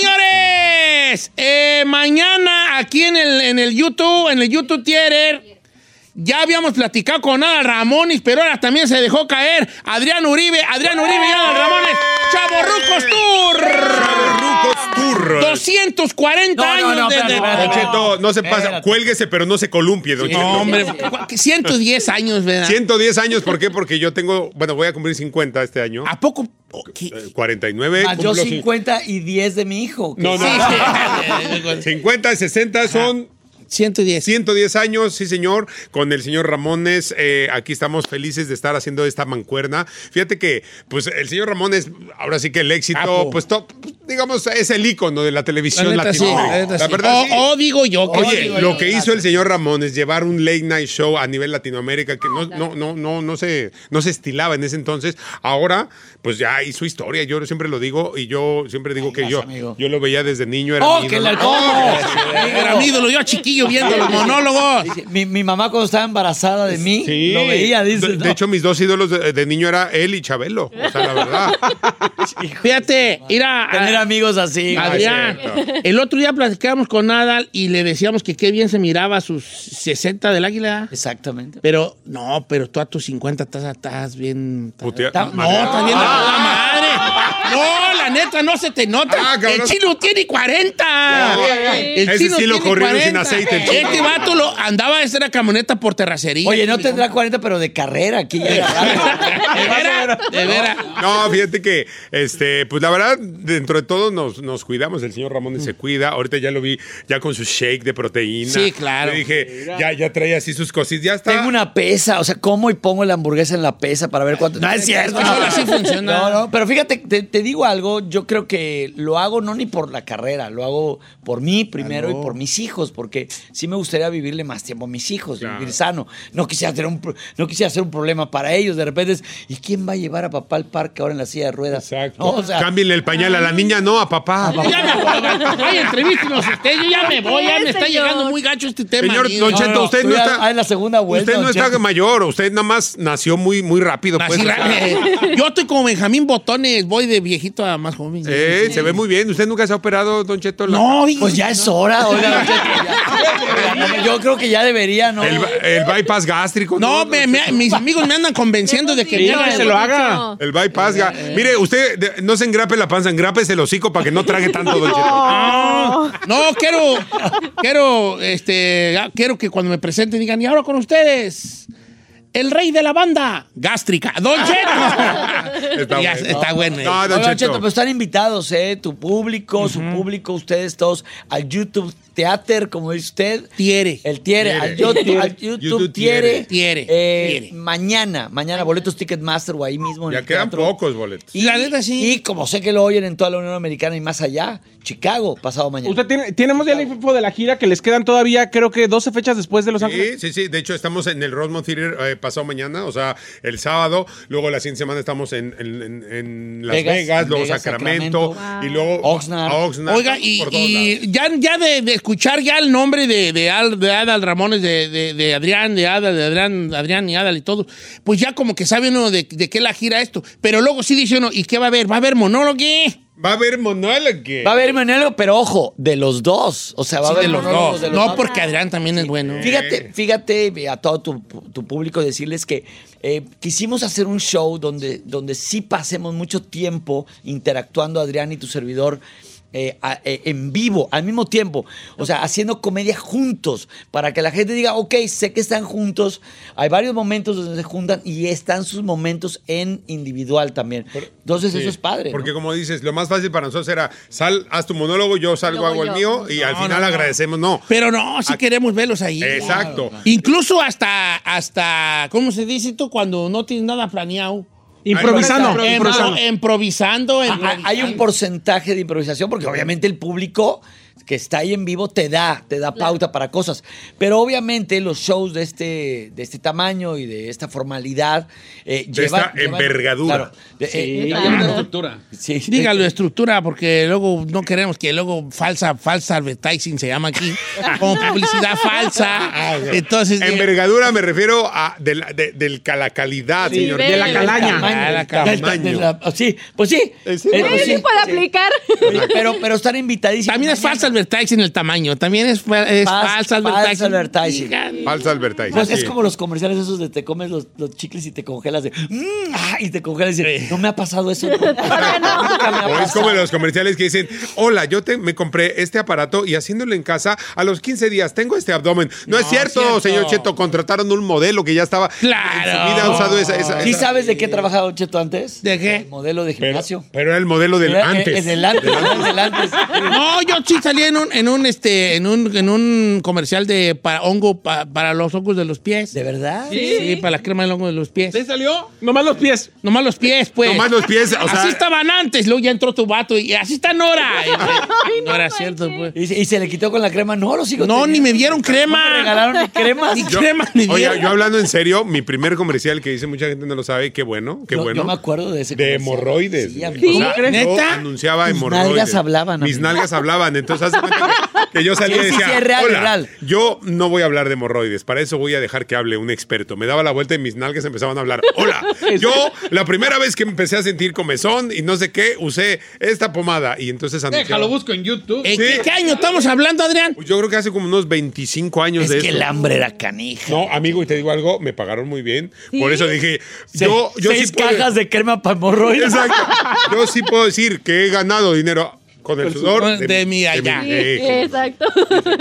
Señores, eh, mañana aquí en el, en el YouTube, en el YouTube Theater, ya habíamos platicado con Adal Ramones, pero ahora también se dejó caer Adrián Uribe, Adrián Uribe y Adal Ramones, Chaborrucos Tour. Chavorrucos Tour. No, 240 no, años no, de... espérate, de- espérate. Don Cheto, no se pasa. Cuélguese, pero no se columpie, Don Cheto. No, hombre, cu- 110 años, ¿verdad? 110 años, ¿por qué? Porque yo tengo, bueno, voy a cumplir 50 este año. ¿A poco? Oh, qué- Eh, 49. Más Ah, yo cumplo 50 y 10 de mi hijo. que No, sí. no. Sí, sí. 50 y 60 son 110. 110 años, sí señor, con el señor Ramones. eh, aquí estamos felices de estar haciendo esta mancuerna. Fíjate que, pues, el señor Ramones, ahora sí que el éxito, Capo. pues, to- digamos, es el ícono de la televisión La neta sí, latinoamericana. la neta La sí. verdad, O- sí. o digo yo que Oye, sí. digo lo yo, que hizo el señor Ramón es llevar un late night show a nivel Latinoamérica que Ah, no, no, no, no, no se, no se estilaba en ese entonces. Ahora, pues ya hizo historia. Yo siempre lo digo y yo siempre digo que yo, gracias, amigo. yo lo veía desde niño. Era ¡Oh, mi que ídolo. el ¡Oh, alcohol! que la- Era mi ídolo, yo a chiquillo viendo los monólogos. Dice, Mi, mi mamá cuando estaba embarazada de mí, Sí. lo veía, dice. De, de no. hecho, mis dos ídolos de, de niño era él y Chabelo. O sea, la verdad. Fíjate, mira, tener a- amigos así. güey. Adrián, Ah, es el otro día platicábamos con Nadal y le decíamos que qué bien se miraba a sus 60 del águila. Exactamente. Pero, no, pero tú a tus 50 estás, estás bien... Putea- Ah. estás- no, madre. estás bien a toda madre. No, la neta, no se te nota. Ah, el cabrón. chino tiene 40. No, el ese sí lo corrieron sin aceite, el chino. Este vato lo, andaba esa era camioneta por terracería. Oye, no tendrá 40, pero de carrera aquí ya. De veras, de veras. No, fíjate que, este, pues la verdad, dentro de todo nos, nos cuidamos. El señor Ramón se cuida. Ahorita ya lo vi ya con su shake de proteína. Sí, claro. Le dije, ya, ya trae así sus cositas. Ya está. Tengo una pesa, o sea, como y pongo la hamburguesa en la pesa para ver cuánto. No es cierto. Eso así funciona. No, no, pero fíjate, te, te digo algo, yo creo que lo hago no ni por la carrera, lo hago por mí primero y por mis hijos, porque sí me gustaría vivirle más tiempo a mis hijos, Claro. vivir sano. No quisiera, tener un, pro- no quisiera hacer un problema para ellos, de repente es, ¿y quién va a llevar a papá al parque ahora en la silla de ruedas? Exacto. No, o sea, Cámbienle el pañal a la niña, no, a papá. Yo ya me voy. Ay, entrevístenos usted. Yo ya me voy. Ya me está llegando muy gacho este tema. Señor amigo. Don Cheto, usted no Estoy está. a- a la segunda vuelta, Usted no don está Cheto. mayor, usted nada más nació muy, muy rápido. Así pues, o sea, ra- Yo estoy como Benjamín Botones. Voy de viejito a más joven. eh, Se ve muy bien. ¿Usted nunca se ha operado, Don Cheto? la- No, fíjate. pues ya es hora, oiga, don Cheto, ya. Ya, yo creo que ya debería, ¿no? El, el bypass gástrico. No, me- Don me- mis amigos me andan convenciendo de que Sí, me- que se lo haga. El bypass. ga- Eh. Mire, usted de- no se engrape la panza, engrápese el hocico para que no trague tanto, Don Cheto. No, no, quiero, quiero, este, ya, quiero que cuando me presenten digan, y ahora con ustedes, el rey de la banda, gástrica, Ah. Don Cheto. Está Ya, bueno. está bueno. No, Oiga, Don Don Cheto, Cheto. pero están invitados, ¿eh? Tu público, su público, ustedes todos, al YouTube Theater, como dice usted. Tiere. El Tiere, al Tiere. YouTube, al YouTube YouTube Tiere. Tiere. Eh, Tiere. Mañana, mañana, boletos Ticketmaster o ahí mismo. en Ya el quedan teatro. pocos boletos. Y, La neta, sí. y como sé que lo oyen en toda la Unión Americana y más allá, Chicago, pasado mañana. Usted tiene, tenemos ya la info de la gira que les quedan todavía, creo que 12 fechas después de Los Ángeles. Sí, sí, sí. De hecho, estamos en el Rosemont Theater eh, pasado mañana, o sea, el sábado. Luego, la siguiente semana estamos en, en- en- en Las Vegas, Vegas, en luego Vegas, Sacramento, Sacramento. y luego Oxnard. a Oxnard. Oiga, y, por todos y lados. ya, ya de, de escuchar ya el nombre de, de, Al- de Adal Ramones, de, de- de Adrián, de Adal, de Adrián, Adrián y Adal y todo, pues ya como que sabe uno de, de qué la gira esto. Pero luego sí dice uno, ¿y qué va a haber? ¿Va a haber monólogo? Va a haber monólogo. Va a haber monólogo, pero ojo, de los dos. O sea, va Sí, a haber de los monólogos dos. de los No, dos. porque Adrián también es bueno. Fíjate, fíjate a todo tu, tu público decirles que eh, quisimos hacer un show donde, donde sí pasemos mucho tiempo interactuando Adrián y tu servidor. eh, a- eh, en vivo, al mismo tiempo, o sea, haciendo comedia juntos, para que la gente diga, ok, sé que están juntos, hay varios momentos donde se juntan y están sus momentos en individual también. Entonces eso es padre. ¿no? Porque como dices, lo más fácil para nosotros era, sal, haz tu monólogo, yo salgo, Luego hago el yo. mío y al No, final no, no. agradecemos. No. Pero no, sí queremos verlos ahí. Exacto. Incluso hasta, hasta, ¿cómo se dice tú? Cuando no tienes nada planeado. Improvisando. Impro- improvisando. Em, improvisando, Ah, improvisando. Hay un porcentaje de improvisación porque obviamente el público que está ahí en vivo te da, te da pauta para cosas. Pero obviamente los shows de este, de este tamaño y de esta formalidad eh, De llevan- esta llevan- envergadura. claro, de- eh, claro. hay una estructura. sí. em, Dígalo estructura, porque luego no queremos que luego falsa, falsa advertising se llama aquí, como publicidad falsa. Ah, Entonces, eh, Envergadura me refiero a de la, de- del ca- la calidad, señor. de la El calaña. tamaño, Ah, la el ta- tamaño. de la- oh, sí, pues sí. Eh, sí, Eh, no, pues Sí, sí, sí puede sí. aplicar. Oye, Pero, pero están invitadísimos. también es Mañana. falsa advertising el tamaño, también es, fa- es Fal- falsa falsa advertising. advertising. Digan. Falsa advertising. Pues es sí. como los comerciales esos de te comes los, los chicles y te congelas de "Mm, ah", y te congelas y Sí. dices, no me ha pasado eso. Nunca me ha O es pasado. como los comerciales que dicen, hola, yo te, me compré este aparato y haciéndolo en casa a los 15 días tengo este abdomen. No, es cierto, cierto. señor Cheto, contrataron un modelo que ya estaba Claro. en su vida ha usado esa... esa- ¿Sí esa- sabes de qué ha trabajado Cheto antes? ¿De qué? El modelo de pero, gimnasio. pero era el modelo del Era- eh, antes. Es del antes, es del antes. No, yo sí salí en un, en un, este, en un, en un comercial de para hongo pa- para los hongos de los pies. ¿De verdad? Sí, para la crema del hongo de los pies. ¿Sí salió? Nomás los pies. Nomás los pies, pues. Nomás los pies, o sea- así estaban antes, luego ya entró tu vato y así están ahora. Y, pues, no era cierto, pues. ¿Y, se- y se le quitó con la crema? No, lo sigo No, teniendo. ni me dieron crema. ¿No me regalaron ni cremas? Ni Yo- crema, ni oye, dieron. yo hablando en serio, mi primer comercial que hice, mucha gente no lo sabe, qué bueno, qué Yo- bueno. Yo me acuerdo de ese De comercial. hemorroides. Sí, O amigo. sea, ¿Crees? yo ¿Neta? anunciaba Tus hemorroides. nalgas hablaban, Mis amigo. nalgas hablaban. Entonces, hace cuenta que- que yo salía y Sí, sí, decía, sí, es real, "Hola, es real". yo no voy a hablar de hemorroides. Para eso voy a dejar que hable un experto. Me daba la vuelta y mis nalgas empezaban a hablar. Hola, yo la primera vez que empecé a sentir comezón y no sé qué, usé esta pomada. Y entonces anunciaba. Déjalo, busco en YouTube. ¿En Sí. qué, qué año estamos hablando, Adrián? Pues Yo creo que hace como unos 25 años Es de que eso. el hambre era canija. No, amigo, y te digo algo, me pagaron muy bien. Por eso dije, yo, yo Seis sí puedo- cajas de crema para hemorroides. Exacto. Yo sí puedo decir que he ganado dinero con el sudor sudor de mi allá. Sí, eh, exacto.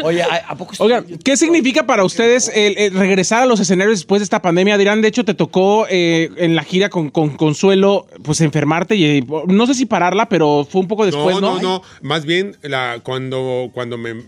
Oye, ¿a, a poco está- Oigan, ¿qué significa para ustedes el, el regresar a los escenarios después de esta pandemia? Adrián, de hecho, te tocó eh, en la gira con, con Consuelo, pues enfermarte y eh, no sé si pararla, pero fue un poco después, no, ¿no? no, no. Más bien, la, cuando, cuando me.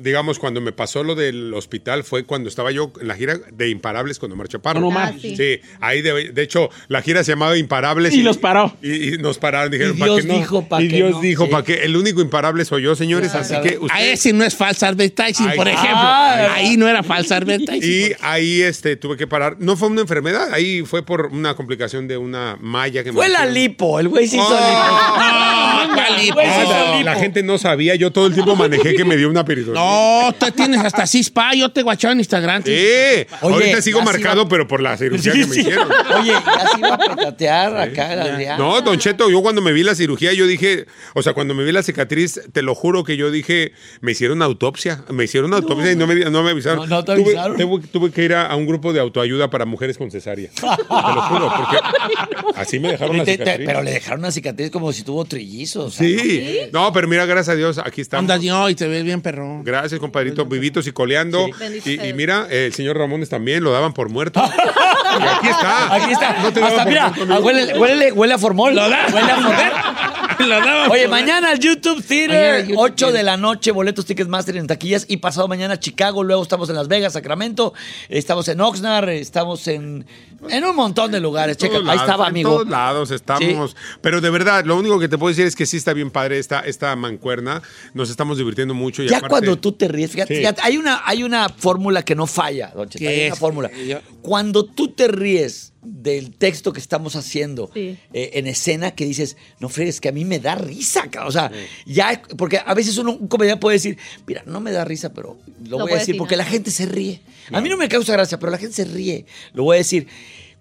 Digamos, cuando me pasó lo del hospital fue cuando estaba yo en la gira de Imparables con Omar Chaparro. Con Omar. Ah, sí. sí. ahí de, de hecho, la gira se llamaba Imparables. Y los paró. Y, y nos pararon. Dijeron, Y "Pa' Dios que no". dijo, "Pa' Y que Dios no". dijo, Sí. para que el único imparable soy yo, señores. Pues, así que A ustedes- ese no es falsa advertising, Ay, por ah, ejemplo. ahí no era falsa advertising. Y ahí este, tuve que parar. No fue una enfermedad, ahí fue por una complicación de una malla que me Fue la hicieron. lipo, el güey se hizo Oh. lipo. No, ¿cuál hipo? Pues, Ah, la- la gente no sabía, yo todo el tiempo manejé que me dio una peritonitis. No, tú tienes hasta cispa, yo te guachaba en Instagram. Sí. Oye, Ahorita sigo ya se marcado, iba- pero por la cirugía Sí, que me sí. hicieron. Oye, ya se iba a petatear acá, Adrián. No, Don Cheto, yo cuando me vi la cirugía, yo dije, o sea, cuando me vi la cicatriz, te lo juro que yo dije, me hicieron autopsia, me hicieron autopsia y no me, no me avisaron. No, no te Tuve- avisaron. Tuve, tuve que ir a, a un grupo de autoayuda para mujeres con cesárea. te lo juro, porque así me dejaron la Te- te- cicatriz. pero le dejaron una cicatriz como si tuvo trillizos. o sea, Sí. No, pero mira, gracias a Dios, aquí estamos. Andas yo y te ves bien perrón. Gracias, compadrito, vivitos y coleando. Bendito Y, sea y Dios. mira, eh, el señor Ramones también lo daban por muerto. Y aquí está. Aquí está. No Hasta, te daban por mira, muerto, amigo. ah, huele, huele, huele a formol. Lo da. Huele a formol. Lo daba Oye, por- mañana el YouTube Mañana Theater, el YouTube 8 de Theater. la noche, boletos Ticketmaster en taquillas. Y pasado mañana Chicago, luego estamos en Las Vegas, Sacramento, estamos en Oxnard, estamos en, en un montón de lugares. En Checa, todos ahí lados, estaba, En amigo. todos lados estamos. Pero de verdad, lo único que te puedo decir es que sí está bien padre esta, esta mancuerna. Nos estamos divirtiendo mucho. Y Ya aparte- cuando tú te ríes, fíjate, Sí. fíjate, hay una, hay una fórmula que no falla, Don Cheto, ¿Qué hay una es? fórmula. Yo- Cuando tú te ríes del texto que estamos haciendo Sí. eh, en escena, que dices, no fregues, que a mí me da risa, cabrón". o sea, ya, porque a veces uno, un comediante puede decir, mira, no me da risa, pero lo, Lo voy a puedes decir porque decir, la gente se ríe. A mí no me causa gracia, pero la gente se ríe, lo voy a decir.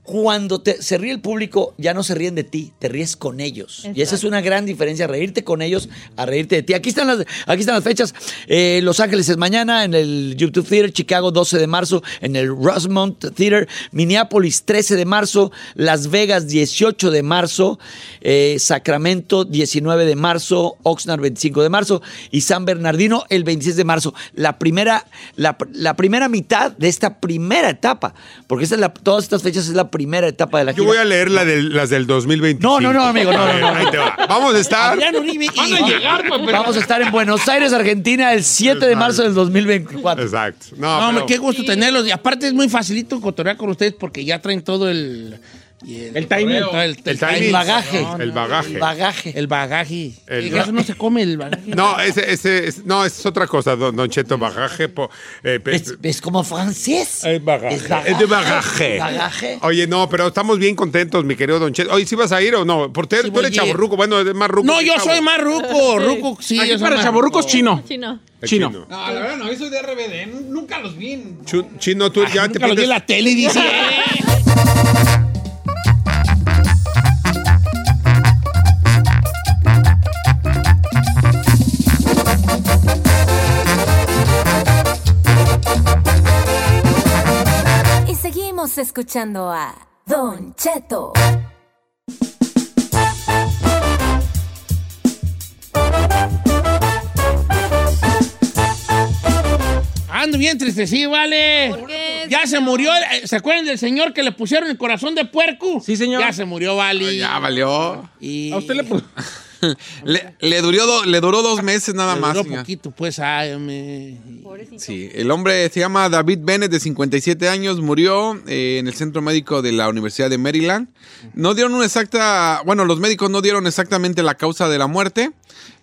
Cuando te- se ríe el público, ya no se ríen de ti, te ríes con ellos. Y esa es una gran diferencia, reírte con ellos a reírte de ti. Aquí están las, aquí están las fechas. Eh, Los Ángeles es mañana en el YouTube Theater, Chicago 12 de marzo en el Rosemont Theater, Minneapolis 13 de marzo, Las Vegas 18 de marzo, eh, Sacramento 19 de marzo, Oxnard 25 de marzo y San Bernardino el 26 de marzo. La primera, la, pr- la primera mitad de esta primera etapa, porque esta es la- todas estas fechas es la primera etapa de la Yo gira. voy a leer la del- las del No, 2025. no, no, amigo, no, A no, ver, no. ahí te va. Vamos a estar. Adrián Uribe y- Van a llegar, pues, pero- Vamos a estar en Buenos Aires, Argentina, el 7 de marzo del 2024. Exacto. No, No, hombre, pero- qué gusto tenerlos. Y aparte es muy facilito cotorrear con ustedes porque ya traen todo el... y El timing. todo El, el El timing. El bagaje. No, no, El bagaje. El bagaje. El bagaje. El Eh, ba- Eso no se come el bagaje. No, ese, ese, es- no, es otra cosa, don, don Cheto, bagaje. po- eh, pe- Es, es como francés. Es bagaje. Es de bagaje. Bagaje. Oye, no, pero estamos bien contentos, mi querido Don Cheto. Oye, ¿sí vas a ir o no? Por Sí tú voy eres a ir. chaborruco, bueno, eres más ruco. No, que yo chavo. soy más ruco. Ruco, sí. Aquí yo soy para más chaborrucos ruco. chino. Chino. El Chino. No, la verdad no, yo soy de RBD, nunca los vi. Chu- Chino, tú ya te Ah, Nunca lo vi pones... en la tele y dice... "Eh". Y seguimos escuchando a Don Cheto. Ando bien triste, sí, vale. qué, Ya se murió. eh, ¿Se acuerdan del señor que le pusieron el corazón de puerco? Sí, señor. Ya se murió, vale. Ya Ah, valió. Y- A usted le pu- Le, le duró, do- le duró dos meses nada Le más. duró señor. poquito, pues, ay, hombre. Sí, el hombre se llama David Bennett, de 57 años, murió eh, en el centro médico de la Universidad de Maryland. No dieron una exacta, bueno, los médicos no dieron exactamente la causa de la muerte,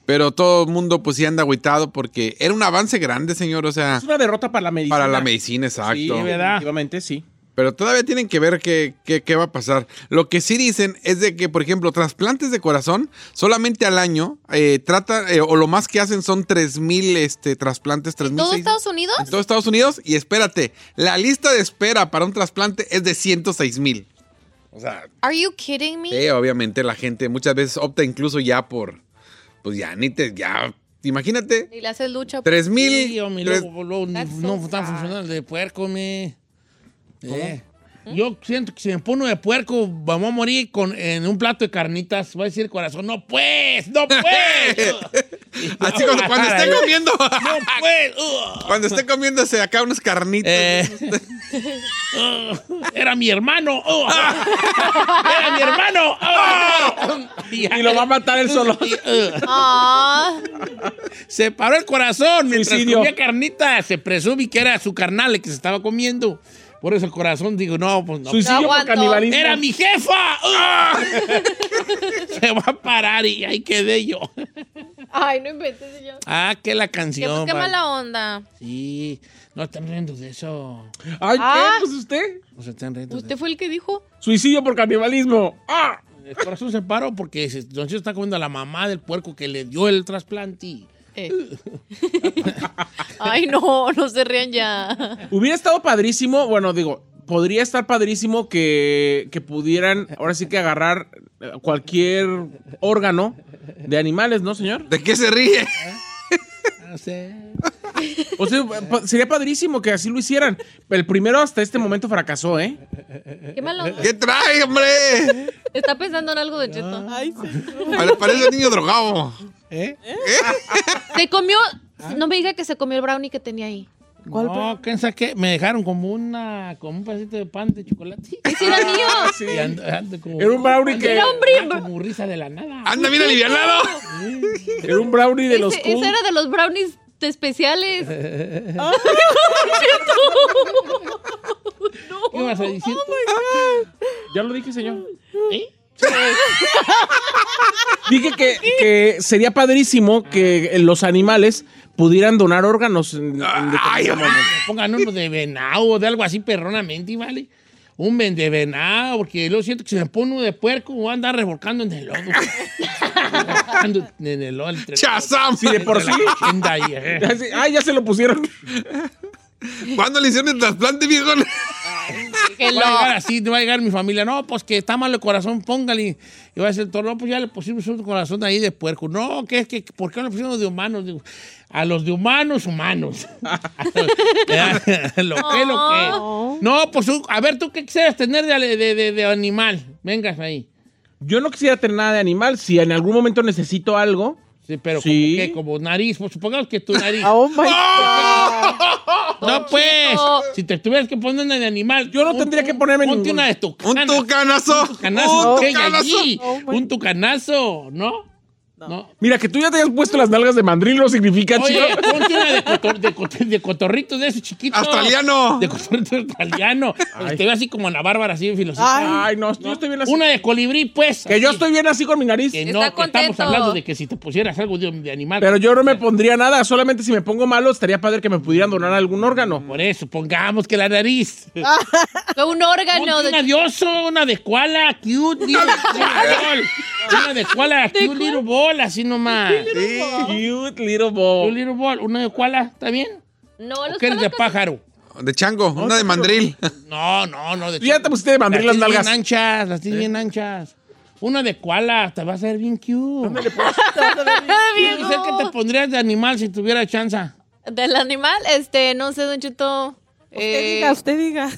pero todo el mundo pues sí anda agüitado porque era un avance grande, señor, o sea, Es una derrota para la medicina. para la medicina, exacto. Sí, ¿verdad? Efectivamente, sí. Pero todavía tienen que ver qué, qué, qué va a pasar. Lo que sí dicen es de que, por ejemplo, trasplantes de corazón, solamente al año, eh, trata, eh, o lo más que hacen son 3.000 este, trasplantes. ¿En todo Estados Unidos? En todo Estados Unidos. Y espérate, la lista de espera para un trasplante es de 106.000. O sea, Are you kidding me? sí, obviamente la gente muchas veces opta incluso ya por, pues ya, ni te, ya, imagínate, Y le haces lucha. 3.000. Sí, hombre, tres- luego, pues, luego, ni- That's so no están sad. funcionando el de puerco, me. Eh, Yo siento que si me pongo de puerco, vamos a morir con, en un plato de carnitas. Va a decir el corazón, no pues, no pues. Así como cuando esté Ay, comiendo, No pues. uh. cuando esté comiéndose acá unas carnitas. Eh, uh, era mi hermano. uh. era mi hermano. uh. Oh. Y lo va a matar él solo. Y, uh, Ah, Se paró el corazón mientras Suicidio. comía carnita. Se presume que era su carnal el que se estaba comiendo. Por eso el corazón digo, no, pues no. Suicidio No por aguanto. canibalismo. ¡Era mi jefa! ¡Ah! se va a parar y ahí quedé yo. ay, no inventes, señor. Ah, que la Que, canción. pues, qué vale. mala onda. Sí, no están riendo de eso. Ay, Ah. ¿qué? Pues usted. No se están riendo de ¿Usted fue el que dijo? Suicidio por canibalismo. ¡Ah! eso. El corazón se paró porque se- Don Chico está comiendo a la mamá del puerco que le dio el trasplante. Eh. ay, no, no se rían ya. Hubiera estado padrísimo, bueno, digo, podría estar padrísimo que, que pudieran ahora sí que agarrar eh, cualquier órgano de animales, ¿no, señor? ¿De qué se ríe? ¿Eh? No sé. O sea, pa- sería padrísimo que así lo hicieran. El primero hasta este momento fracasó, ¿eh? Qué mala onda. ¿Qué trae, hombre? Está pensando en algo de Cheto. Ah. Ay, Pare- Parece un niño drogado. Se comió. No me diga que se comió el brownie que tenía ahí. No, ¿quién sabe qué? Me dejaron como una, como un pedacito de pan de chocolate. Ah, ¡Sí, era mío! Sí. Y ando- ando como- Era un brownie que- Era un brownie. Ah, Como risa de la nada. Anda bien alivianado. Era un brownie de los Ese, ese Cool. era de los brownies especiales. Ah. ¿Qué vas a Oh, decir? tú? Ya lo dije, señor. ¿Eh? Dije que, que sería padrísimo que los animales pudieran donar órganos. en- en determinado momento. Pongan uno de venado o de algo así perronamente, ¿vale? Un ven- de venado, porque luego siento que si me pone uno de puerco, voy a andar revolcando en el lodo. revolcando en el lodo. entre- Chazam. Sí, de por sí. entre la cochenda ahí, eh. Ya se- Ay, ya se lo pusieron. ¿Cuándo le hicieron el trasplante, viejo? Que Déjelo. Va a llegar así, va a llegar mi familia. No, pues que está mal el corazón, póngale. Y va a decir, todo, no, pues ya le pusimos un corazón ahí de puerco. No, que es que, ¿por qué no le pusimos de humanos? Digo, a los de humanos, humanos. lo que, lo que. Oh. No, pues un- a ver, ¿tú qué quisieras tener de, de- de- de animal? Vengas ahí. Yo no quisiera tener nada de animal. Si en algún momento necesito algo. Sí, pero Sí. como, que, como nariz, pues supongamos que tu nariz. Oh my God. No, pues, si te tuvieras que poner una de animal. Yo no tendría que ponerme Ponte ninguna. una de tu ¡Un tucanazo! tucanazo. ¡Un ok, tucanazo! allí. Oh, my- un tucanazo, ¿no? No. Mira, que tú ya te hayas puesto las nalgas de mandril no significa chido. Oye, ponte una de, cotor- de, cotor- de cotorritos de esos chiquitos. ¡Australiano! De cotorrito australiano. Los que ve así como la Bárbara, así en filosofía. Ay, no, yo estoy bien así. Una de colibrí, pues. que yo así. estoy bien así con mi nariz. Que Está no, que estamos contento. hablando de que si te pusieras algo de, de animal. Pero yo no me pondría nada. Solamente si me pongo malo, estaría padre que me pudieran donar algún órgano. Por eso, pongamos que la nariz. Fue un órgano Ponte de una de oso, una de koala, cute, little, little ball. Una de koala, cute little ball, así nomás. Cute little Ah. Cute ball. little ball. Una de koala, ¿está bien? No, ¿O los quieres de palancas- pájaro? De chango, una de mandril. No, no, no. De Ya te Eh, pusiste de mandril las tienes nalgas. bien anchas, las tienes bien anchas. Una de koala, te va a hacer bien cute. ¿Qué Diego. que te pondrías de animal si tuviera chance? Del animal, este, no sé, Don Cheto. Usted eh, diga, usted diga.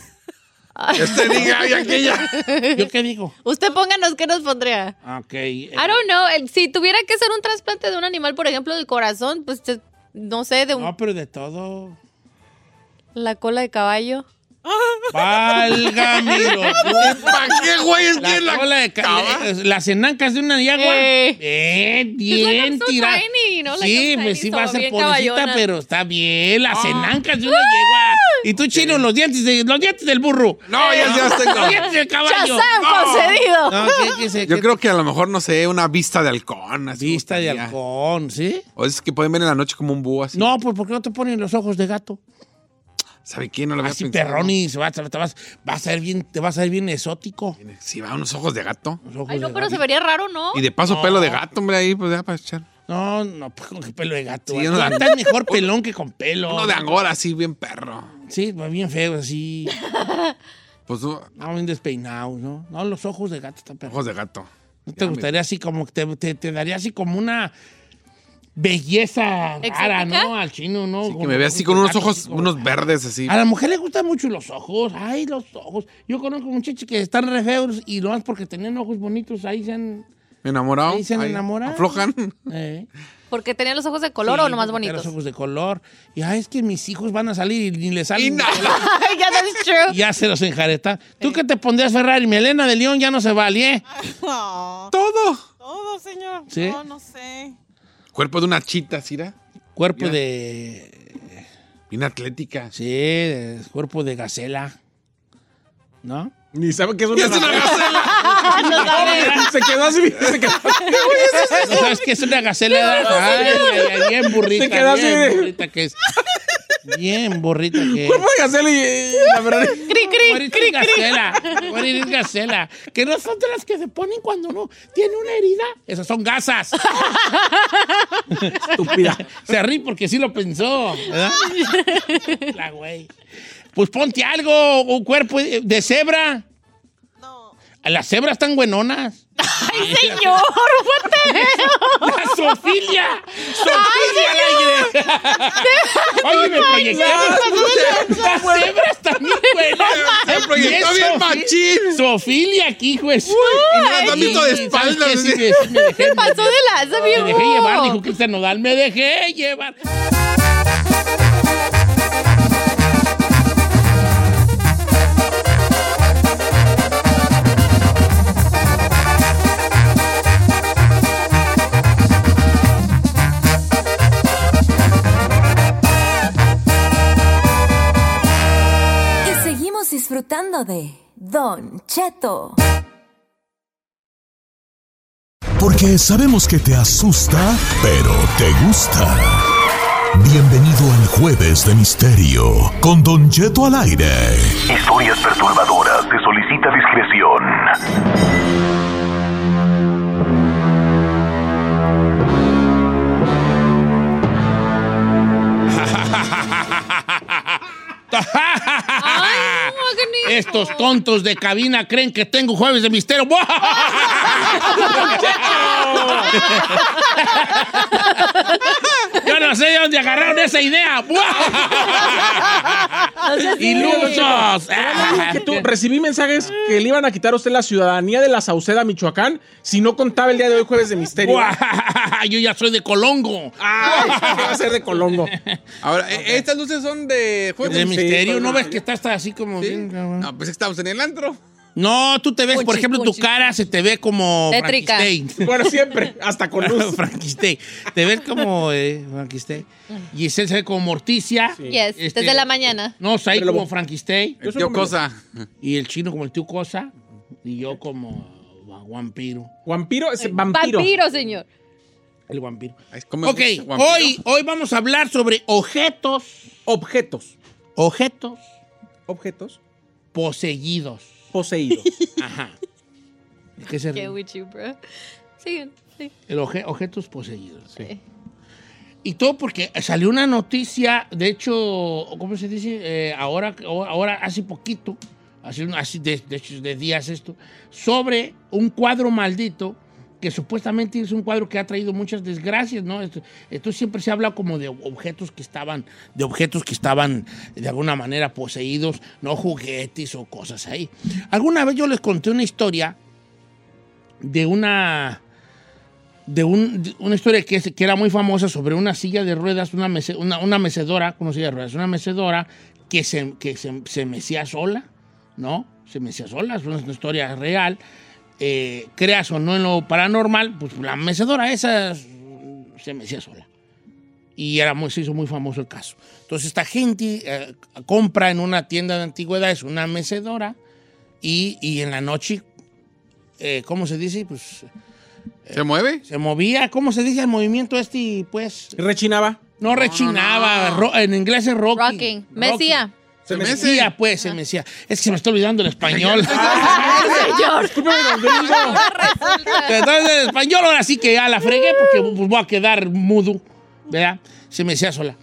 Este diga, y aquella. ¿Yo qué digo? usted pónganos qué nos pondría. Ok. eh, I don't know. el- si tuviera que hacer un trasplante de un animal, por ejemplo, del corazón, pues te- no sé, de un- No, pero de todo. la cola de caballo. Válgame los ¿Para qué, güey? Es que La la. cola de ca- eh, las enancas de una yagua. Eh. Eh, bien It's like I'm so tirada. tiny, ¿no? Like sí, I'm pues tiny, sí so va a ser bien pobrecita, caballona. Ah. pero está bien. Las enancas de una yegua. Y tú, chino, los dientes, de- los dientes del burro. No, ya, ya los Los tengo. dientes del caballo. ¡Chazán concedido! No, ¿qué- qué se- Yo qué- creo que a lo mejor, no sé, una vista de halcón. así Vista de gustaría. halcón, ¿sí? O es que pueden ver en la noche como un búho así. No, pues ¿por qué no te ponen los ojos de gato? ¿Sabe quién? No lo había Así pensado. perrón y se va, te vas, va a ser bien, te vas a ver bien exótico. Sí, va, Ah, unos ojos de gato. Los ojos Ay, no, de pero gato. se vería raro, ¿no? Y de paso, No. pelo de gato, hombre, ahí, pues ya para echar. No, no, pues con qué pelo de gato. Sí, Tú no, la- Estás mejor pelón que con pelo. Uno de angora, así, bien perro. Sí, bien feo, así. Pues uh, No, bien despeinado, ¿no? No, los ojos de gato están perros. ojos de gato. ¿No te gustaría así como que te, te, te daría así como una belleza rara, ¿Exótica? ¿no? Al chino, ¿no? Que me ve así con unos ojos, unos verdes así. A la mujer le gustan mucho los ojos. Ay, los ojos. Yo conozco muchachos que están re feos y lo más porque tenían ojos bonitos. Ahí se han. Enamorado. Ahí se han enamorado. Aflojan. eh, Porque tenía los ojos de color o sí, no más porque eran bonitos. Los ojos de color. Y ay, es que mis hijos van a salir y ni les Y salen. nada. Ay, ya that's true. Eh. Ya se los enjareta. ¿Tú qué te pondrías Ferrari? Mi Elena de León ya no se vale, ¿eh? No, Todo. todo, señor. ¿Sí? No, no sé. Cuerpo pues, de una chita, Cira. Cuerpo de. Bien atlética. Sí, de- cuerpo de gacela. ¿No? Ni sabe qué es una. Y es una gacela. Se quedó así. Se quedó, ¿No sabes qué es una gacela? Ay, ay, ay, bien burrita. Se quedó así bien de- burrita que es. Bien burrita que es. Cuerpo de gacela y- y la verdad. Cri, cri, Morir cri, es cri. gacela. Morir es gacela. Que no son de las que se ponen cuando uno tiene una herida. Esas son gasas. Estúpida. Se ríe porque sí lo pensó. ¿verdad? La güey. Pues ponte algo, un cuerpo de cebra. No. Las cebras están buenonas. Ay, señor, what the hell? ¡La Sofía! ¡Sofía al aire! Oye, me proyecté. Las cebras también buenas. Se proyectó bien machín. Sofilia aquí, hijo de su- Y no la han visto de Sí, ¿sabes espaldas. qué? Sí, así. me- sí me dejé- Se pasó de lanza, Me dejé llevar, dijo viejo. Cristian Nodal, me dejé llevar. Y seguimos disfrutando de Don Cheto. Porque sabemos que te asusta, pero te gusta. Bienvenido al Jueves de Misterio con Don Cheto al aire. Historias perturbadoras. Se solicita discreción. Ay, no, hagan Estos tontos de cabina creen que tengo jueves de misterio. Yo no sé de dónde agarraron esa idea. Y luchos. Que tú recibí mensajes que le iban a quitar a usted la ciudadanía de la Sauceda, Michoacán, si no contaba el día de hoy jueves de misterio. Yo ya soy de Colongo. ¿Qué va a ser de Colongo? Ahora, eh, estas luces son de juegos De misterio, ¿no ves que estás así como bien, cabrón? No, pues estamos en el antro. No, tú te ves, por Ponchi, ejemplo, tu ponchi. cara se te ve como Tétrica. Frankenstein. Bueno, siempre, hasta con luz. Frankenstein. Te ves como eh, Frankenstein. Y se ve como Morticia. Yes, Este, desde la mañana. No, ahí Pero lo- como Frankenstein. El tío Cosa. Y el chino como el tío Cosa. Y yo como vampiro. Vampiro es vampiro. Vampiro, señor. El vampiro. como Ok, el vampiro. hoy, hoy vamos a hablar sobre objetos. Objetos. Objetos Objetos. poseídos. Poseídos. Ajá. ¿De qué se ríe? Get with you, bro. Siguen, sí. El oje- objetos poseídos. Y todo porque salió una noticia, de hecho, ¿cómo se dice? Eh, ahora, ahora, hace poquito, hace, un- hace de, de hecho, de días esto, sobre un cuadro maldito que supuestamente es un cuadro que ha traído muchas desgracias, ¿no? Esto- Entonces siempre se habla como de objetos que estaban, de objetos que estaban de alguna manera poseídos, no juguetes o cosas ahí. Alguna vez yo les conté una historia de una de, un- de una historia que, es- que era muy famosa sobre una silla de ruedas, una, mece- una, una mecedora, con una silla de ruedas, una mecedora que se, que se, se mecía sola, ¿no? Se mecía sola, es una historia real. Eh, creas o no en lo paranormal, pues la mecedora esa mm, se mecía sola. Y era muy- se hizo muy famoso el caso. Entonces esta gente eh, compra en una tienda de antigüedades una mecedora y, y en la noche, eh, ¿cómo se dice? Pues ¿Se mueve? se movía, ¿cómo se dice el movimiento este? Pues. Rechinaba. No rechinaba, ro- en inglés es rocking. Rocking. Mesía. Se mecía, pues, se mecía. Es que se me está olvidando el español. Discúlpeme, don Benito. Entonces, el español ahora sí que ya la fregué porque pues, voy a quedar mudo, ¿verdad? Se mecía sola.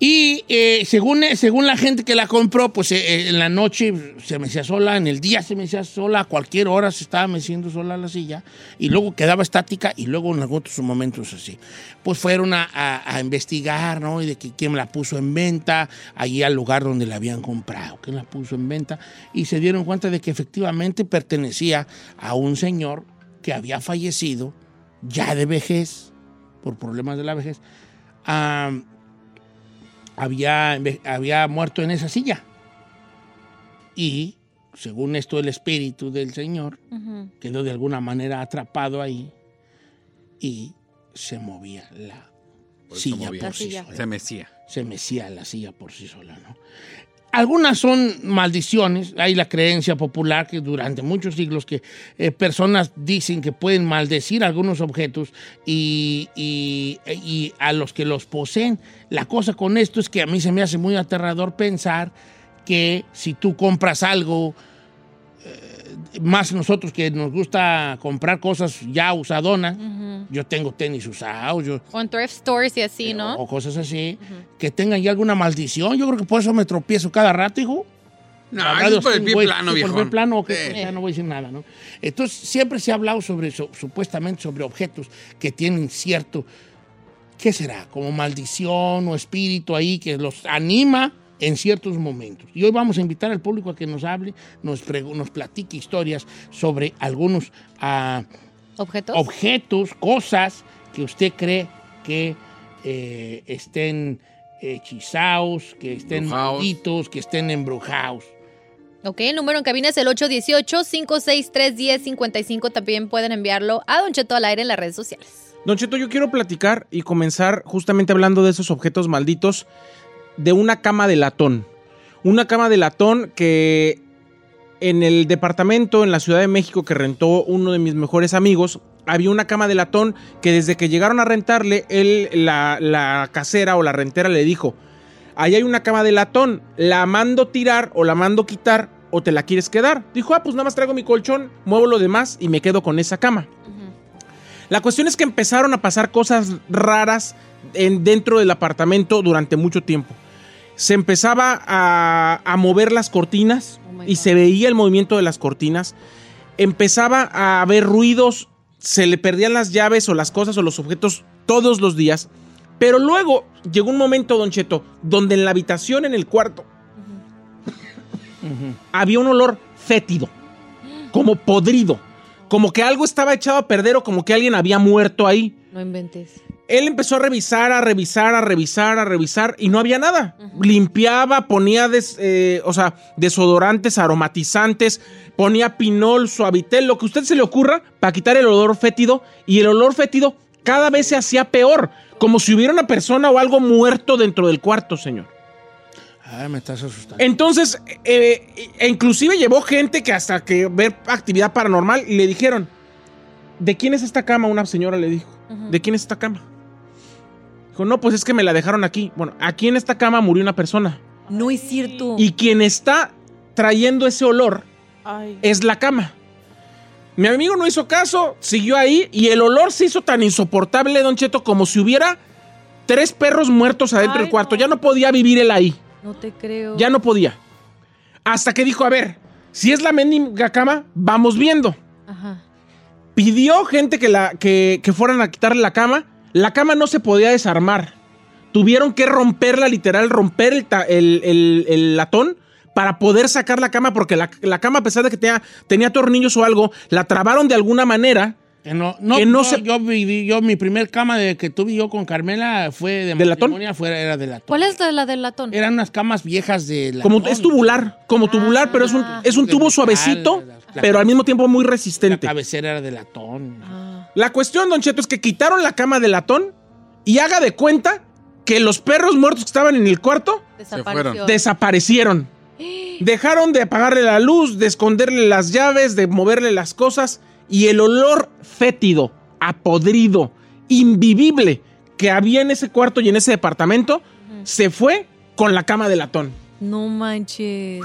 Y eh, según, según la gente que la compró, pues eh, en la noche se mecía sola, en el día se mecía sola, a cualquier hora se estaba meciendo sola la silla, y luego quedaba estática, y luego en algunos momentos así. Pues fueron a, a- a investigar, ¿no? Y de que quién la puso en venta, allí al lugar donde la habían comprado, quién la puso en venta, y se dieron cuenta de que efectivamente pertenecía a un señor que había fallecido ya de vejez, por problemas de la vejez. Ah, había, enve- había muerto en esa silla. Y, según esto, el espíritu del Señor Ujú. quedó de alguna manera atrapado ahí y se movía la silla por sí sola. Se mecía. Se mecía la silla por sí sola, ¿no? Algunas son maldiciones. Hay la creencia popular que durante muchos siglos que eh, personas dicen que pueden maldecir algunos objetos y, y- y a los que los poseen. La cosa con esto es que a mí se me hace muy aterrador pensar que si tú compras algo, eh, más nosotros que nos gusta comprar cosas ya usadonas, Ujú. yo tengo tenis usados, yo O en thrift stores y así, ¿no? o cosas así, que tengan ya alguna maldición. Yo creo que por eso me tropiezo cada rato, hijo. No, La eso radio es por el Austin, pie güey, plano, sí, por el pie viejón. plano, ok, Sí. pues ya no voy a decir nada, ¿no? Entonces, siempre se ha hablado sobre, so- supuestamente, sobre objetos que tienen cierto, ¿qué será? Como maldición o espíritu ahí que los anima en ciertos momentos. Y hoy vamos a invitar al público a que nos hable, nos, pregu- nos platique historias sobre algunos... ah, Objetos. objetos, cosas que usted cree que eh, estén hechizados, que estén Embrujados. malditos, que estén embrujados. Ok, el número en cabina es el 818-563-1055. También pueden enviarlo a Don Cheto al aire en las redes sociales. Don Cheto, yo quiero platicar y comenzar justamente hablando de esos objetos malditos de una cama de latón. Una cama de latón que en el departamento en la Ciudad de México que rentó uno de mis mejores amigos, había una cama de latón que desde que llegaron a rentarle, él, la, la casera o la rentera le dijo, ahí hay una cama de latón, la mando tirar o la mando quitar o te la quieres quedar. Dijo, ah, pues nada más traigo mi colchón, muevo lo demás y me quedo con esa cama. La cuestión es que empezaron a pasar cosas raras en- dentro del apartamento durante mucho tiempo. Se empezaba a, a mover las cortinas. Oh y se veía el movimiento de las cortinas. Empezaba a haber ruidos, se le perdían las llaves o las cosas o los objetos todos los días. Pero luego llegó un momento, Don Cheto, donde en la habitación, en el cuarto, había un olor fétido, como podrido, como que algo estaba echado a perder o como que alguien había muerto ahí. No inventes. Él empezó a revisar, a revisar, a revisar, a revisar y no había nada. Limpiaba, ponía des- eh, o sea, desodorantes, aromatizantes, ponía pinol, suavitel, lo que a usted se le ocurra para quitar el olor fétido y el olor fétido cada vez se hacía peor, como si hubiera una persona o algo muerto dentro del cuarto, señor. Ay, me estás asustando. Entonces, eh, e inclusive llevó gente que hasta que ver actividad paranormal y le dijeron, ¿de quién es esta cama? Una señora le dijo, ¿de quién es esta cama? Dijo, no, pues es que me la dejaron aquí. Bueno, aquí en esta cama murió una persona. No es cierto. Y quien está trayendo ese olor Ay. es la cama. Mi amigo no hizo caso, siguió ahí y el olor se hizo tan insoportable, don Cheto, como si hubiera tres perros muertos adentro Ay, del cuarto. Ya no podía vivir él ahí. No te creo. Ya no podía. Hasta que dijo, a ver, si es la mendiga cama, vamos viendo. Ajá. Pidió gente que, la, que, que fueran a quitarle la cama. La cama no se podía desarmar. Tuvieron que romperla, literal, romper el, ta- el- el- el latón para poder sacar la cama, porque la, la cama, a pesar de que tenía, tenía tornillos o algo, la trabaron de alguna manera. Que no, no, Que no no, se- yo viví, yo mi primer cama de que tuve yo con Carmela fue de, ¿De latón? matrimonio, fuera era de latón. ¿Cuál es la, la del latón? Eran unas camas viejas de latón. Como, es tubular, como tubular, pero es un, Ah. es un tubo suavecito, pero al mismo tiempo muy resistente. Ah. La cabecera era de latón. La cuestión, Don Cheto, es que quitaron la cama de latón y haga de cuenta que los perros muertos que estaban en el cuarto Desapareció. desaparecieron. Dejaron de apagarle la luz, de esconderle las llaves, de moverle las cosas y el olor fétido, apodrido, invivible que había en ese cuarto y en ese departamento se fue con la cama de latón. No manches.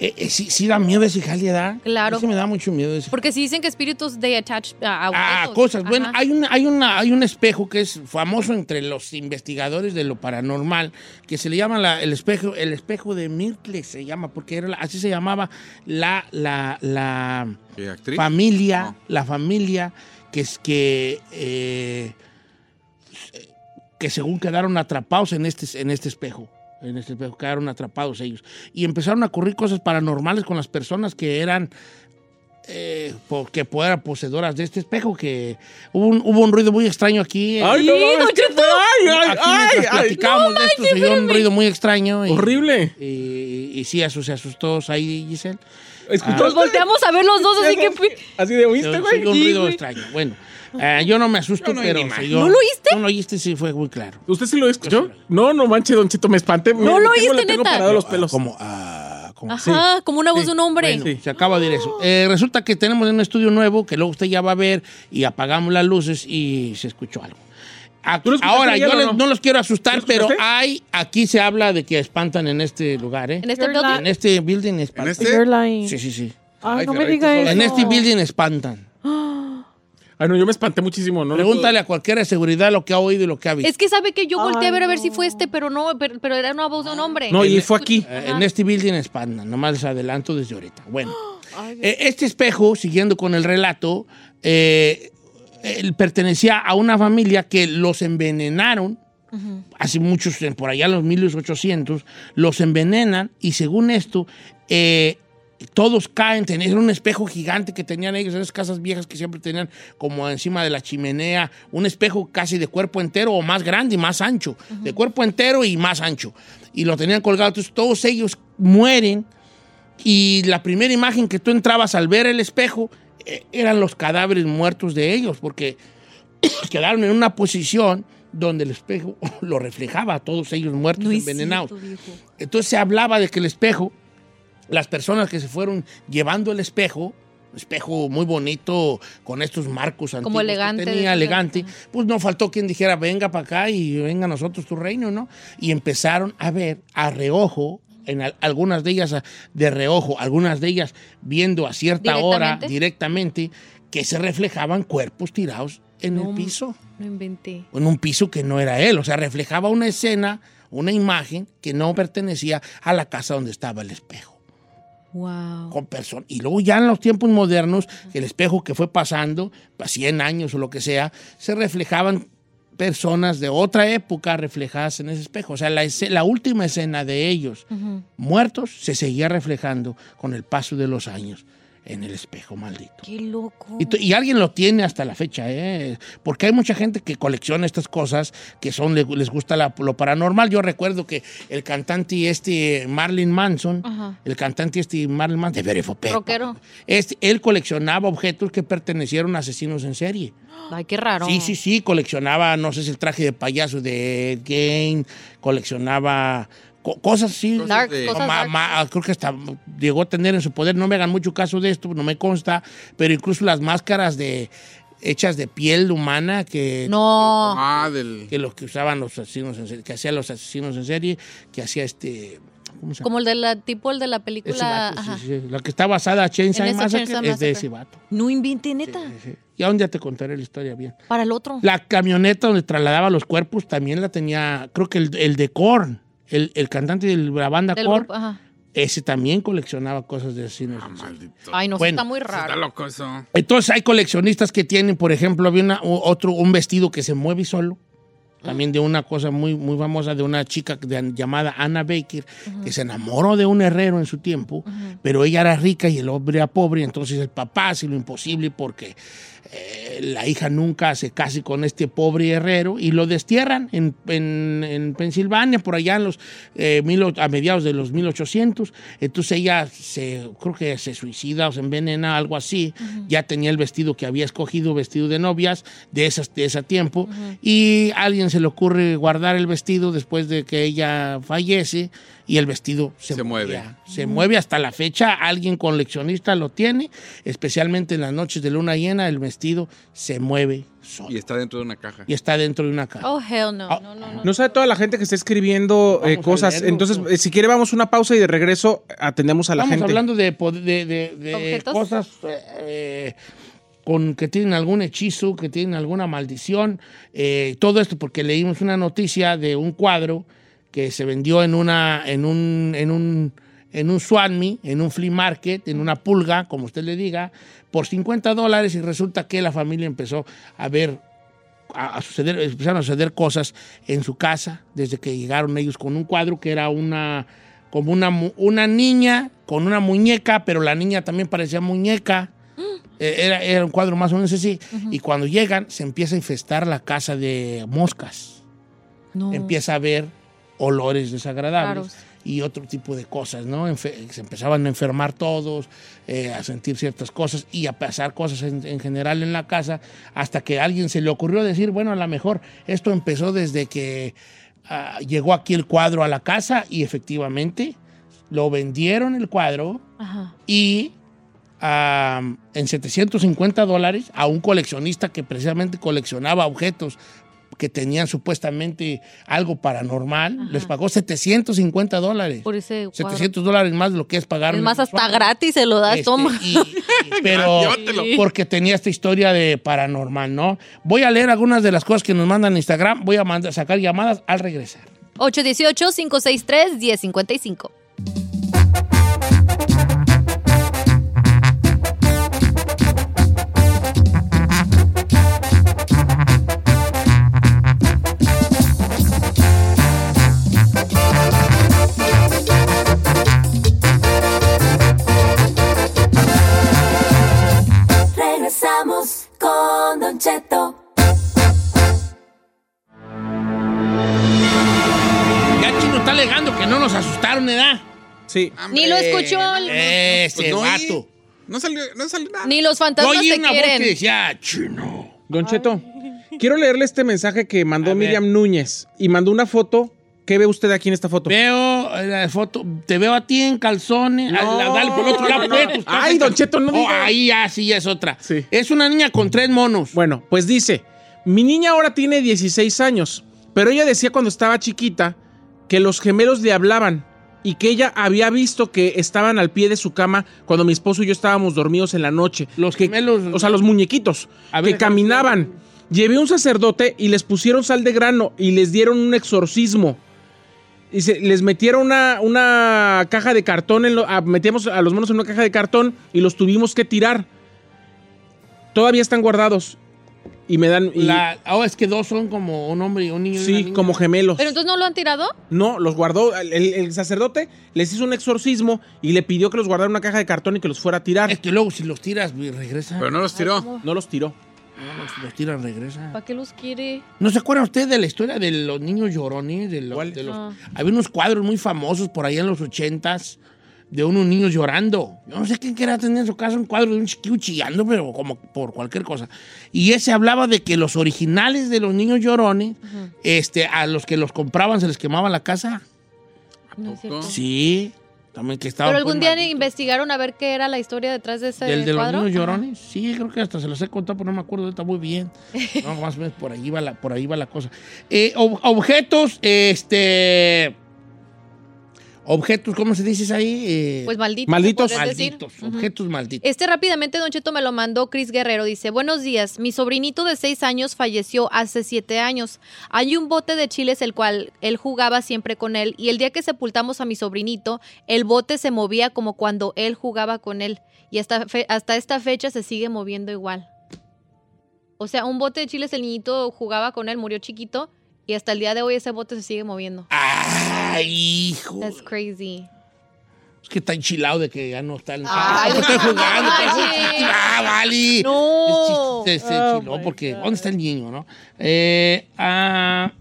Eh, eh, sí, sí da miedo ese jale, ¿da? Claro. Eso me da mucho miedo. ese- Porque si dicen que espíritus they attach a, a Ah, objetos. cosas. Bueno, Ajá. hay, una, hay, una, hay un espejo que es famoso entre los investigadores de lo paranormal, que se le llama la- el espejo el espejo de Myrtle, se llama, porque era la- así se llamaba la, la, la familia, Ah. la familia que es que... eh, que según quedaron atrapados en este, en este espejo. En este espejo quedaron atrapados ellos. Y empezaron a ocurrir cosas paranormales con las personas que eran. eh, po- que eran poseedoras de este espejo. Que hubo un, hubo un ruido muy extraño aquí. eh. Ay, no Sí, mames, don ¿qué Cheto. fue? Ay, ay, Aquí ay, mientras ay. platicábamos No de esto, manches, se oyó un espérame. ruido muy extraño. y- Horrible. Y, y sí, eso se asustó ahí, Giselle. ¿Escuchó? Ah, Nos volteamos a ver los dos, así que. Así de se- oíste, se oyó un güey. ruido extraño. Bueno, eh, yo no me asusto, no oí pero. ni madre. se oyó- ¿No lo oíste? No lo oíste, sí, fue muy claro. ¿Usted sí lo escuchó? No, no manches, Don Cheto, me espanté. No lo oíste, le tengo neta. parado los pelos. Como, ah, como Ajá, como una voz de un hombre. Bueno, se acaba de ir eso. Eh, resulta que tenemos un estudio nuevo que luego usted ya va a ver y apagamos las luces y se escuchó algo. Ac- ¿Tú lo escuchaste, Ahora, Miguel, yo o les- no? no? los quiero asustar, ¿Tú lo pero escuchaste? hay, aquí se habla de que espantan en este lugar, ¿eh? En este building. En este building espantan. este? You're Sí, sí, sí. Ay, no me Ferrari, diga eso. En este building espantan. Ay, no, yo me espanté muchísimo. No Pregúntale a cualquiera de seguridad lo que ha oído y lo que ha visto. Es que sabe que yo volteé a ver a ver si fue este, pero no, pero, pero era una voz de un hombre. No, y fue aquí. Eh, en este building espantan, nomás les adelanto desde ahorita. Bueno, eh, este espejo, siguiendo con el relato, eh, él pertenecía a una familia que los envenenaron hace muchos, eh, por allá en los 1800, los envenenan y según esto, eh, todos caen, ten- era un espejo gigante que tenían ellos, esas casas viejas que siempre tenían como encima de la chimenea, un espejo casi de cuerpo entero o más grande y más ancho, de cuerpo entero y más ancho, y lo tenían colgado, entonces todos ellos mueren y la primera imagen que tú entrabas al ver el espejo eh, eran los cadáveres muertos de ellos, porque quedaron en una posición donde el espejo lo reflejaba a todos ellos muertos, No es envenenados. cierto, viejo. Entonces se hablaba de que el espejo, las personas que se fueron llevando el espejo, espejo muy bonito con estos marcos antiguos que elegante, tenía, de- elegante, pues no faltó quien dijera, venga para acá y venga a nosotros tu reino, ¿no? Y empezaron a ver a reojo, en al- algunas de ellas a- de reojo, algunas de ellas viendo a cierta hora directamente, que se reflejaban cuerpos tirados en No, el piso No inventé. en un piso que no era él. O sea, reflejaba una escena, una imagen que no pertenecía a la casa donde estaba el espejo. Wow. con personas. Y luego ya en los tiempos modernos, el espejo que fue pasando, a 100 años o lo que sea, se reflejaban personas de otra época reflejadas en ese espejo. O sea, la, esce- la última escena de ellos muertos se seguía reflejando con el paso de los años en el espejo maldito. Qué loco. Y, tu- y alguien lo tiene hasta la fecha, ¿eh? Porque hay mucha gente que colecciona estas cosas que son, le- les gusta la- lo paranormal. Yo recuerdo que el cantante este Marlon Manson, Ajá. el cantante este Marlon Manson, de Very for Pep, Rockero. este, él coleccionaba objetos que pertenecieron a asesinos en serie. Ay, qué raro. Sí, sí, sí, coleccionaba, no sé si el traje de payaso de Ed Gein, coleccionaba co- cosas así. Cosas Dark, de- cosas Ma- dark. ma- creo que hasta llegó a tener en su poder, no me hagan mucho caso de esto, no me consta, pero incluso las máscaras de hechas de piel humana que No. que los que usaban los asesinos en serie, que hacían los asesinos en serie, que hacía este ¿cómo se llama? Como el de la, tipo el de la película. Ese vato, sí, ajá. sí, sí. la que está basada Chainsaw En esa Massacre Chainsaw es de Massacre. ese vato. No invente, neta. Ya un día te contaré la historia bien. Para el otro. La camioneta donde trasladaba los cuerpos también la tenía, creo que el, el de Korn, el, el cantante de la banda Del Korn, grupo, ah. ajá. ese también coleccionaba cosas de asesinos. Ay, no, sí Bueno, está muy raro. Está loco eso. Entonces hay coleccionistas que tienen, por ejemplo, había una- u- otro, un vestido que se mueve solo. También de una cosa muy, muy famosa de una chica de- llamada Anna Baker, que se enamoró de un herrero en su tiempo, pero ella era rica y el hombre era pobre, entonces el papá hace lo imposible porque eh, la hija nunca se case con este pobre herrero y lo destierran en, en- en Pensilvania, por allá en los, eh, mil o- a mediados de los 1800. Entonces ella se, creo que se suicida o se envenena, algo así. Ya tenía el vestido que había escogido, vestido de novias de, esas, de ese tiempo. Y a alguien se le ocurre guardar el vestido después de que ella fallece y el vestido se, mueve. Se mueve hasta la fecha. Alguien coleccionista lo tiene, especialmente en las noches de luna llena, el vestido se mueve solo. Y está dentro de una caja. Y está dentro de una caja. Oh, hell no. Ah, no, no, No sabe toda la gente que está escribiendo eh, cosas. leerlo, pues. Entonces, eh, si quiere, vamos a una pausa y de regreso atendemos a la Estamos gente. hablando de, pod- de- de- de cosas eh, con, que tienen algún hechizo, que tienen alguna maldición. eh, todo esto porque leímos una noticia de un cuadro que se vendió en una en un en un en un Swanmi, en un flea market, en una pulga, como usted le diga, por 50 dólares y resulta que la familia empezó a ver a, a suceder, empezaron a suceder cosas en su casa desde que llegaron ellos con un cuadro que era una como una, mu- una niña con una muñeca, pero la niña también parecía muñeca. Eh, Era, era un cuadro más o menos así. Y cuando llegan, se empieza a infestar la casa de moscas. Empieza a haber olores desagradables Raros. y otro tipo de cosas, ¿no? Enfe- se empezaban a enfermar todos, eh, a sentir ciertas cosas y a pasar cosas en, en general en la casa, hasta que a alguien se le ocurrió decir, bueno, a lo mejor esto empezó desde que ah, llegó aquí el cuadro a la casa y efectivamente lo vendieron el cuadro Ajá. y am, en 750 dólares a un coleccionista que precisamente coleccionaba objetos que tenían supuestamente algo paranormal, les pagó 750 dólares. Por ese cuadro. 700 dólares más de lo que es pagar. Es un- más, hasta gratis se lo das, Este, toma. y- pero Llévatelo. porque tenía esta historia de paranormal, ¿no? Voy a leer algunas de las cosas que nos mandan en Instagram, voy a mandar, sacar llamadas al regresar. 818-563-1055. Regresamos con Don Cheto. Ya Chino está alegando que no nos asustaron, ¿verdad? Sí. Ni lo escuchó el- Ese Pues no oí. vato. No salió, no salió nada. Ni los Yo fantasmas oí te una voz que quieren. decía, chino. Don Cheto, quiero leerle este mensaje que mandó Miriam Núñez y mandó una foto. ¿Qué ve usted aquí en esta foto? Veo eh, la foto, te veo a ti en calzones. No, Al- dale, por el otro lado, no, pues, no. tus Ay, calzones. Don Cheto, no Oh, diga. Ahí ya sí ya es otra. Sí. Es una niña con tres monos. Bueno, pues dice, mi niña ahora tiene 16 años, pero ella decía cuando estaba chiquita que los gemelos le hablaban y que ella había visto que estaban al pie de su cama cuando mi esposo y yo estábamos dormidos en la noche. Los gemelos. O sea, los muñequitos A ver, déjame que caminaban. Llevé un sacerdote y les pusieron sal de grano y les dieron un exorcismo. Y se- les metieron una, una caja de cartón, en lo- a- metíamos a los monos en una caja de cartón y los tuvimos que tirar. Todavía están guardados. Y me dan... y- La- oh, es que dos son como un hombre y un niño. y una sí, niña. como gemelos. ¿Pero entonces no lo han tirado? No, los guardó. El, el sacerdote les hizo un exorcismo y le pidió que los guardara en una caja de cartón y que los fuera a tirar. Es que luego si los tiras, regresa. Pero no los tiró. ¿cómo? No los tiró. No, no, si los tiran, regresa. ¿Para qué los quiere? ¿No se acuerdan ustedes de la historia de los niños llorones? De los, de los- Ah. Había unos cuadros muy famosos por ahí en los ochentas de unos niños llorando. Yo no sé quién quería tener en su casa un cuadro de un chiquillo chillando, pero como por cualquier cosa. Y ese hablaba de que los originales de los niños llorones, este, a los que los compraban se les quemaba la casa. No es cierto. Sí, también que estaba... Pero algún día investigaron a ver qué era la historia detrás de ese ¿Del de los cuadro. niños Ajá. llorones? Sí, creo que hasta se los he contado, pero no me acuerdo ahorita muy bien. No, más o menos por ahí va la, por ahí va la cosa. Eh, ob- objetos, este. Objetos, ¿cómo se dice ahí? Eh, Pues malditos, Malditos. se podría decir. Malditos, Ujú. objetos malditos. Este rápidamente, Don Cheto, me lo mandó Cris Guerrero. Dice, buenos días, mi sobrinito de seis años falleció hace siete años. Hay un bote de chiles el cual él jugaba siempre con él y el día que sepultamos a mi sobrinito, el bote se movía como cuando él jugaba con él y hasta, fe- hasta esta fecha se sigue moviendo igual. O sea, un bote de chiles el niñito jugaba con él, murió chiquito y hasta el día de hoy ese bote se sigue moviendo. Ay, hijo. That's crazy. Es que está enchilado de que ya no está el. Ay, no estoy jugando. no estoy manches. jugando. Ah, vale. No. Se, se Oh, enchiló porque. ¿Dónde está el niño, no? Eh, ah,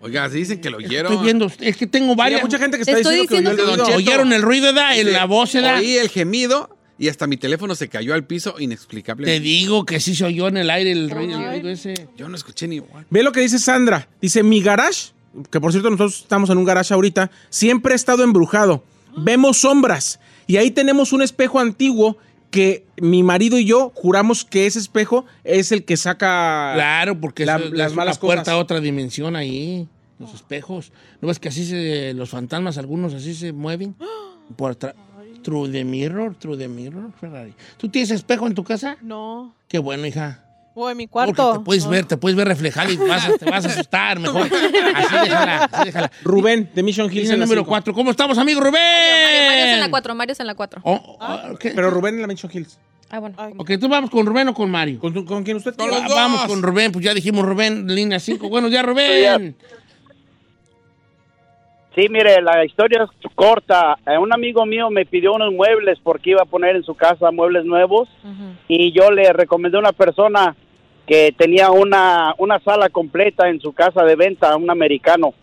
Oiga, se dicen que lo oyeron. estoy viendo. Es que tengo varias. mucha gente que Te está estoy diciendo que diciendo oyó el que- Don Cheto. Oyeron el ruido, ¿verdad? En Dice, la voz, ¿verdad? Oí el gemido y hasta mi teléfono se cayó al piso inexplicable. Te digo que sí se oyó en el aire el ruido el ruido ese. Yo no escuché ni igual. Ve lo que dice Sandra. Dice, mi garage, que por cierto nosotros estamos en un garage ahorita, siempre ha estado embrujado. Vemos sombras. Y ahí tenemos un espejo antiguo que mi marido y yo juramos que ese espejo es el que saca Claro, Ah, porque la- eso- las eso malas aporta cosas. otra dimensión ahí, los espejos. ¿No ves que así se, los fantasmas, algunos así se mueven? Por atrás. True the mirror, true the mirror, Ferrari. ¿Tú tienes espejo en tu casa? No. Qué bueno, hija. O en mi Porque cuarto. te puedes No. ver, te puedes ver reflejado y vas a- te vas a asustar mejor. Así déjala, así déjala. Rubén, de Mission Hills. Dice el número 4. ¿Cómo estamos, amigo Rubén? Oh, Mario es en la cuatro, Mario es en la cuatro. Pero Rubén en la Mission Hills. Ah, bueno. Ok, ¿tú vamos con Rubén o con Mario? ¿Con, tu- con quién usted? Ah, Vamos con Rubén, pues ya dijimos Rubén, línea 5. Buenos días, Rubén. Sí, mire, la historia es corta. Eh, un amigo mío me pidió unos muebles porque iba a poner en su casa muebles nuevos y yo le recomendé a una persona que tenía una, una sala completa en su casa de venta, un americano.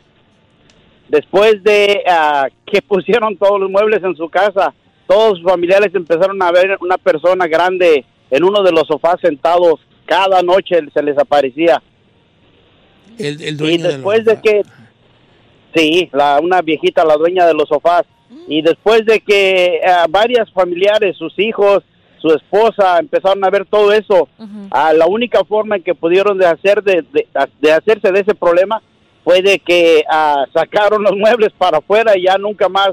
Después de ah, que pusieron todos los muebles en su casa, todos sus familiares empezaron a ver una persona grande en uno de los sofás sentados. Cada noche se les aparecía. El, el dueño y después de, que sí la una viejita la dueña de los sofás y después de que ah, varias familiares sus hijos su esposa empezaron a ver todo eso Mm. ah, la única forma en que pudieron de hacer de, de- de hacerse de ese problema fue de que ah, sacaron los muebles para afuera y ya nunca más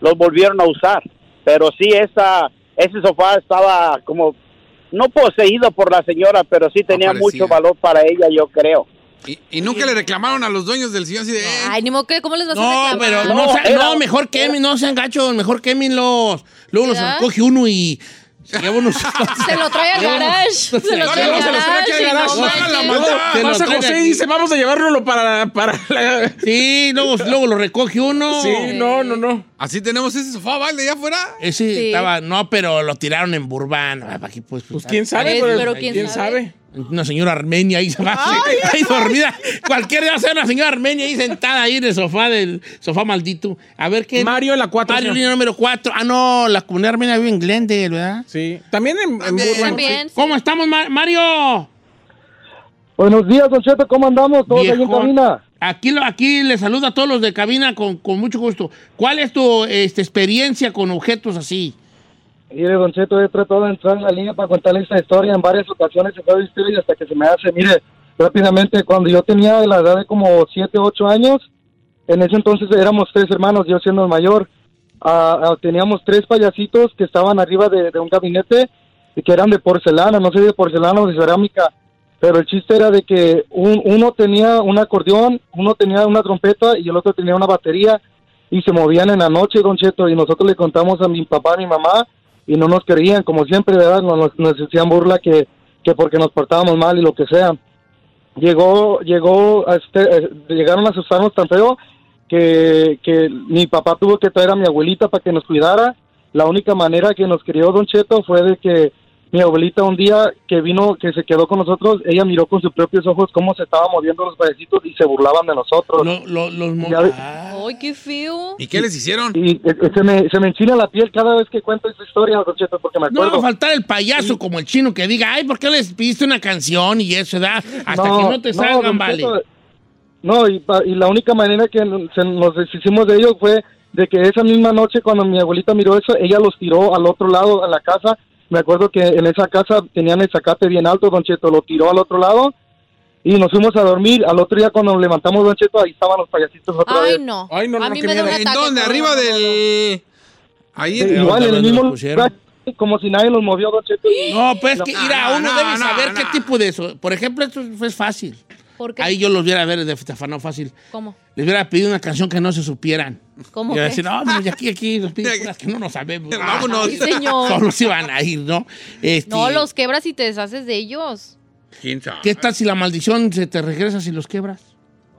los volvieron a usar pero sí esa ese sofá estaba como no poseído por la señora pero sí tenía Aparecía. mucho valor para ella yo creo Y, y nunca le reclamaron a los dueños del sillón así de. "Eh, Ay, ni modo que, ¿cómo les vas a No, reclamar? pero no, sea- no, mejor quemen, no sean gachos, mejor quémenlos. Luego los ¿Verdad? recoge uno y se lleva unos. Se lo trae al Lleva unos- garage. Se lo trae al garage. y no manches. Se lo Pasa traen José y aquí. dice, vamos a llevárnoslo para, para la... Sí, luego, luego lo recoge uno. Sí, no, no, no. Así tenemos ese sofá, ¿vale? Ya fuera. Ese Sí. estaba, no, pero lo tiraron en Burbán. Ah, ¿para qué puedes pensar? Pues, ¿Quién sabe? Ahí- Pero, ahí- ¿quién, sabe? Una señora armenia ahí, se va, ahí dormida. Cualquier día va a ser una señora armenia ahí sentada ahí en el sofá del sofá maldito. A ver qué. Mario en la 4. Mario línea número 4. Ah, no, la comunidad armenia vive en Glendale, ¿verdad? Sí. También en, en Burbank. También, sí. ¿Cómo estamos, Ma- Mario? Buenos días, Don Cheto, ¿cómo andamos? ¿Todos ahí en Viejón. cabina? Aquí, lo- aquí les saluda a todos los de cabina con, con mucho gusto. ¿Cuál es tu este, experiencia con objetos así? Mire, Don Cheto, he tratado de entrar en la línea para contarle esta historia en varias ocasiones, en varios estilos, y hasta que se me hace. Mire, rápidamente, cuando yo tenía la edad de como 7, 8 años, en ese entonces éramos tres hermanos, yo siendo el mayor, ah, ah, teníamos tres payasitos que estaban arriba de, de un gabinete y que eran de porcelana, no sé de porcelana o de cerámica. Pero el chiste era de que un- uno tenía un acordeón, uno tenía una trompeta y el otro tenía una batería y se movían en la noche, don Cheto, y nosotros le contamos a mi papá, a mi mamá, y no nos creían, como siempre, ¿verdad? Nos, nos hacían burla que, que porque nos portábamos mal y lo que sea. Llegó, llegó, a este- eh, llegaron a asustarnos tan feo que, que mi papá tuvo que traer a mi abuelita para que nos cuidara. La única manera que nos crió Don Cheto fue de que mi abuelita un día que vino, que se quedó con nosotros, ella miró con sus propios ojos cómo se estaban moviendo los payasitos y se burlaban de nosotros. Ya ve- Ay, qué feo. ¿Y qué les hicieron? y eh, eh, se, me, se me enchina la piel cada vez que cuento esta historia, Don Cheto, porque me No va acuerdo. a faltar el payaso como el chino que diga, ay, ¿por qué les pidiste una canción y eso, da? Hasta que no te salgan, don vale. Cheto, No, y, pa- y la única manera que n- se- nos deshicimos de ellos fue de que esa misma noche cuando mi abuelita miró eso, ella los tiró al otro lado, a la casa. Me acuerdo que en esa casa tenían el zacate bien alto, Don Cheto, lo tiró al otro lado y nos fuimos a dormir. Al otro día cuando nos levantamos, Don Cheto, ahí estaban los payasitos otra vez. no. Ay, no, A no, mí qué me da un miedo. ataque. ¿En dónde? Arriba del. Ahí Sí, igual en el mismo lugar, como si nadie los movió, Don Cheto. y- No, pues la- que, mira, uno debe saber qué tipo de eso. Por ejemplo, esto es fácil. ¿Por qué? Ahí yo los viera ver de Stefano fácil. ¿Cómo? Les hubiera pedido una canción que no se supieran. ¿Cómo Y iba a qué? decir, no, no, y aquí, aquí, los piden puras que no nos sabemos. Ah, Vámonos. Sí, señor. Solo se van a ir, ¿no? Este, No, los quebras y te deshaces de ellos. ¿Qué tal si la maldición se te regresa si los quebras?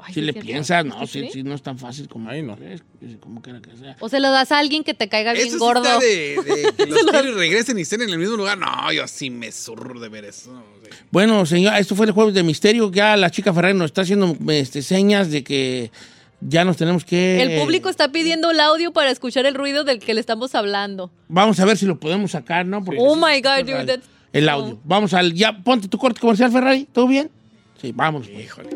si sí, le es cierto. piensas, no, ¿Usted sí, cree? sí, no es tan fácil como, crees, como quiera que sea. O se lo das a alguien que te caiga bien Eso sí gordo. está de, de que los quiero y regresen y estén en el mismo lugar. No, yo sí me zurro de ver eso. Bueno, señor, esto fue el jueves de misterio. Ya la chica Ferrer nos está haciendo este, señas de que ya nos tenemos que. El público está pidiendo el audio para escuchar el ruido del que le estamos hablando. Vamos a ver si lo podemos sacar, ¿no? Porque Oh Pues my sí, God, dude. raro. that's- El audio. Vamos al. Ya, ponte tu corte comercial, Ferrari. ¿Todo bien? Sí, vamos. Híjole.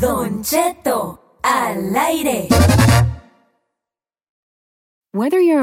Don Cheto al aire. Whether you're